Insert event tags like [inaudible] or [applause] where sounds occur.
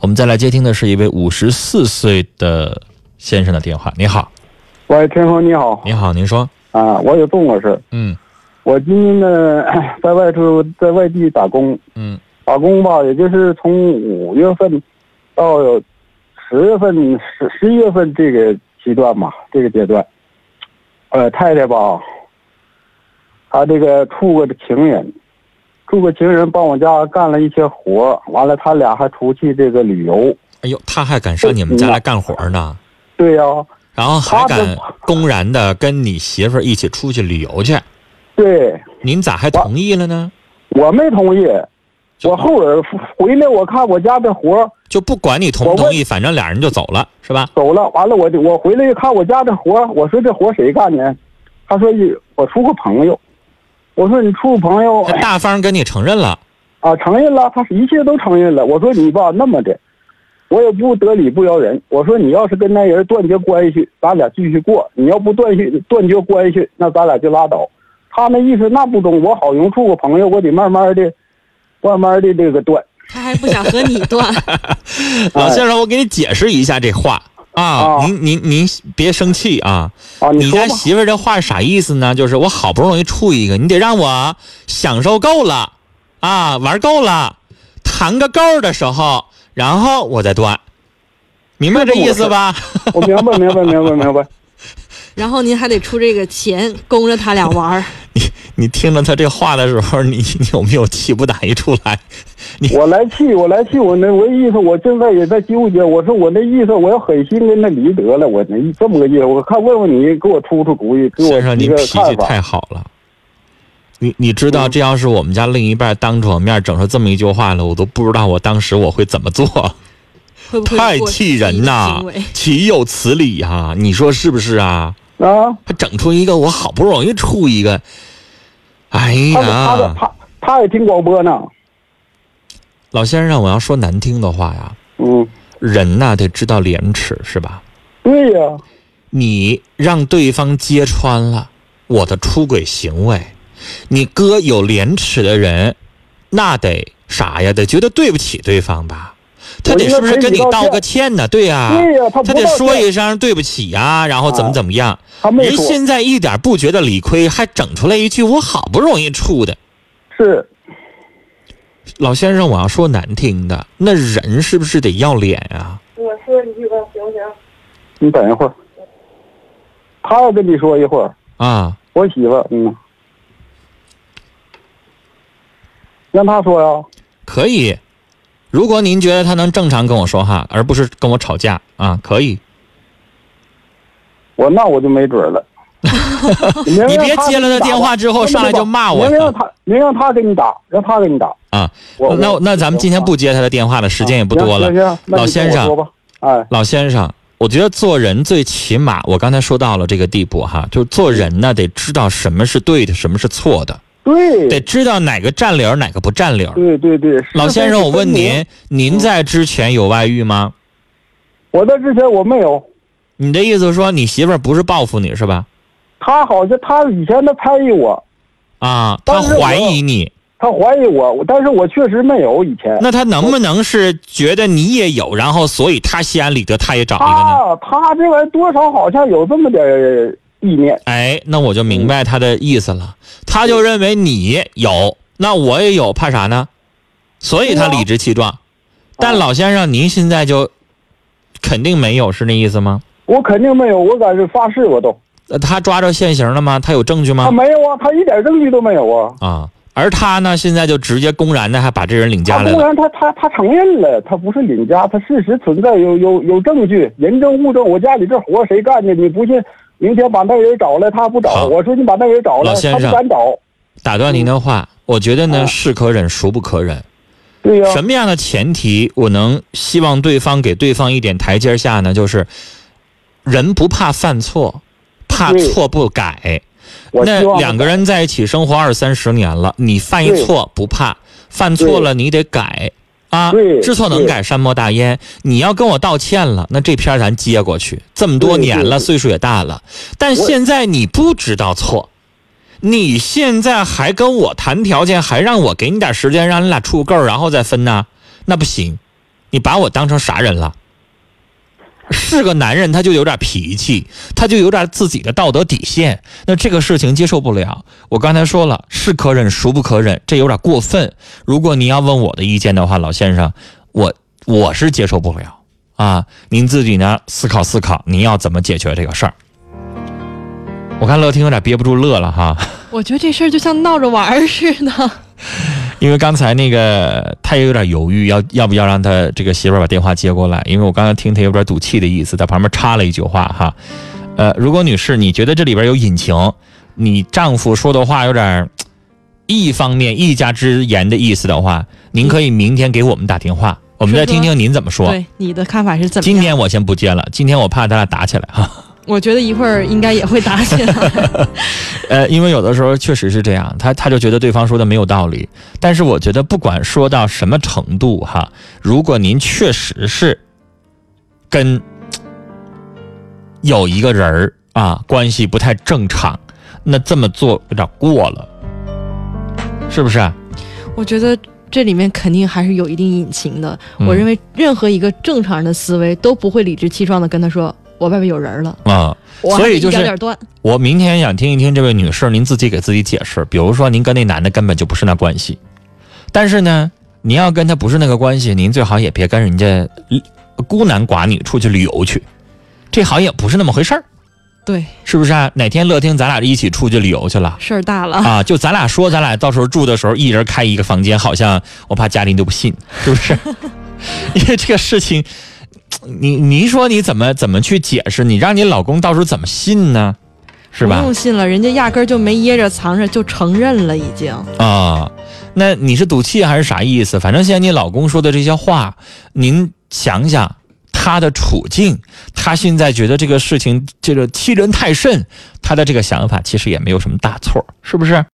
我们再来接听的是一位五十四岁的先生的电话。你好，喂，陈峰，你好你好，您说，啊！我有这么个事儿，嗯我今年呢 [clears throat] 在外头在外地打工，嗯打工吧，也就是从五月份到十月份、十十一月份这个阶段吧，这个阶段，呃，太太吧，她这个处过情人，处过情人帮我家干了一些活儿，完了他俩还出去这个旅游，哎呦，他还敢上你们家来干活呢，对呀、然后还他敢是公然的跟你媳妇儿一起出去旅游去，对您咋还同意了呢？我没同意，就我后边回来我看我家的活儿。就不管你同不同意，反正俩人就走了，是吧？走了，完了我就我回来一看我家这活儿，我说这活儿谁干的？他说我处个朋友，我说你处个 [laughs] 朋友他大方跟你承认了，啊，承认了，他一切都承认了。我说你吧，那么的，我也不得理不饶人。我说你要是跟那人断绝关系，咱俩继续过；你要不断续断绝关系，那咱俩就拉倒。他那意思那不中，我好容易处个朋友，我得慢慢的，慢慢的这个断。他还不想和你 [laughs] 断，老先生，我给你解释一下这话啊，哎啊您您您别生气啊。啊，你你说家吧，媳妇儿这话啥意思呢？就是我好不容易处一个，你得让我享受够了，啊，玩够了，谈个够的时候，然后我再断，明白这意思吧？ [laughs] 我明白，明白，明白，明白。然后您还得出这个钱供着他俩玩儿。你听着他这话的时候，你你有没有气不打一处来？我来气，我来气，我那我意思，我现在也在纠结。我说我那意思，我要狠心跟他离得了，我那这么个意思。我看问问你，给我出出主意，给我先生，一您个脾气看法。嗯太好了。你你知道，这要是我们家另一半当着我面整出这么一句话来，我都不知道我当时我会怎么做。会不会太过气激人的呐行为！岂有此理呀、你说是不是啊？啊，还整出一个我好不容易处一个，哎他他的呀，他他也听广播呢。老先生，我要说难听的话呀，嗯，人呐、得知道廉耻是吧？对呀、你让对方揭穿了我的出轨行为，你哥有廉耻的人，那得啥呀？得觉得对不起对方吧？他我得应该是不是赔跟你礼道道歉个歉呢？对呀、对呀、他不他道得说歉，一声对不起呀、然后怎么怎么样。他没人说，现在一点不觉得理亏，还整出来一句我好不容易处的。是老先生，我要说难听的，那人是不是得要脸啊？我说一句吧，行不行？你等一会儿，他要跟你说一会儿。啊，我媳妇儿，嗯，让他说呀、可以。如果您觉得他能正常跟我说话，而不是跟我吵架啊，可以。我那我就没 [laughs] 准儿了。你你别接了他电话之后上来就骂我您让他，您让他给你打，让他给你打啊。我那我那咱们今天不接他的电话了，时间也不多了行。行行那你老先生跟我说吧，哎，老先生，我觉得做人最起码，我刚才说到了这个地步哈，就是做人呢得知道什么是对的，什么是错的，对，得知道哪个占理儿，哪个不占理儿。对嗯对对。老先生，我问您，您，您在之前有外遇吗？我在之前我没有，你的意思说你媳妇儿不是报复你是吧？他好像他以前他猜疑我，啊，她当时我怀疑你，他怀疑我，我但是我确实没有以前。那她能不能是觉得你也有，然后所以她心安理得，她也找一个呢？他他这玩意儿多少好像有这么点儿意念，哎，那我就明白她的意思嗯了，她就认为你有，那我也有，怕啥呢？所以她理直气啊壮。但老先生，您现在就肯定没有，是那意思吗？我肯定没有，我敢是发誓我都。呃他抓着现行了吗？他有证据吗？他没有啊，他一点证据都没有啊。啊，而他呢，现在就直接公然的还把这人领家他来公了。然他他他承认了，他不是领家，他事实存在，有有有证据，人证物证。我家里这活谁干的？你不信？明天把那人找来，他不好找。我说你把那人找老来，先他生不敢找。打断您的话，我觉得呢，啊是可忍，孰不可忍？对呀、什么样的前提，我能希望对方给对方一点台阶下呢？就是人不怕犯错，怕对错不改。我那希望两个人在一起生活二三十年了，你犯一对错不怕，犯错了你得改啊对。知错能对改，善莫大焉。你要跟我道歉了，那这篇儿咱接过去。这么多对年了，对岁数也大了，但我现在你不知道错，你现在还跟我谈条件，还让我给你点时间，让你俩处够，然后再分呢？那不行。你把我当成啥人了？是个男人，他就有点脾气，他就有点自己的道德底线。那这个事情接受不了。我刚才说了，是可忍孰不可忍，这有点过分。如果您要问我的意见的话，老先生，我我是接受不了啊。您自己呢思考思考，您要怎么解决这个事儿？我看乐听有点憋不住乐了哈， [laughs] 我觉得这事儿就像闹着玩儿似的。因为刚才那个他也有点犹豫，要要不要让他这个媳妇儿把电话接过来？因为我刚才听他有点赌气的意思，在旁边插了一句话哈。呃，如果女士你觉得这里边有隐情，你丈夫说的话有点儿一方面一家之言的意思的话，您可以明天给我们打电话，我们再听听您怎么说。对你的看法是怎么样？今天我先不接了，今天我怕他俩打起来哈。我觉得一会儿应该也会打起来。 [laughs] 呃，因为有的时候确实是这样，他他就觉得对方说的没有道理。但是我觉得不管说到什么程度哈，如果您确实是跟有一个人儿啊关系不太正常，那这么做有点过了，是不是啊？我觉得这里面肯定还是有一定隐情的。嗯我认为任何一个正常人的思维都不会理直气壮的跟他说：“我外边有人了。啊”我还所以得就一点是点断。我明天想听一听这位女士，您自己给自己解释。比如说，您跟那男的根本就不是那关系，但是呢，您要跟他不是那个关系，您最好也别跟人家呃孤男寡女出去旅游去，这好像也不是那么回事儿，对，是不是啊？哪天乐听咱俩一起出去旅游去了事儿大了。啊？就咱俩说，咱俩到时候住的时候，一人开一个房间，好像我怕家里都不信，是不是？因为这个事情，你你说你怎么怎么去解释？你让你老公到时候怎么信呢？是吧？不用信了，人家压根儿就没掖着藏着，就承认了已经。啊，那你是赌气还是啥意思？反正现在你老公说的这些话，您想想他的处境，他现在觉得这个事情这个欺人太甚，他的这个想法其实也没有什么大错，是不是？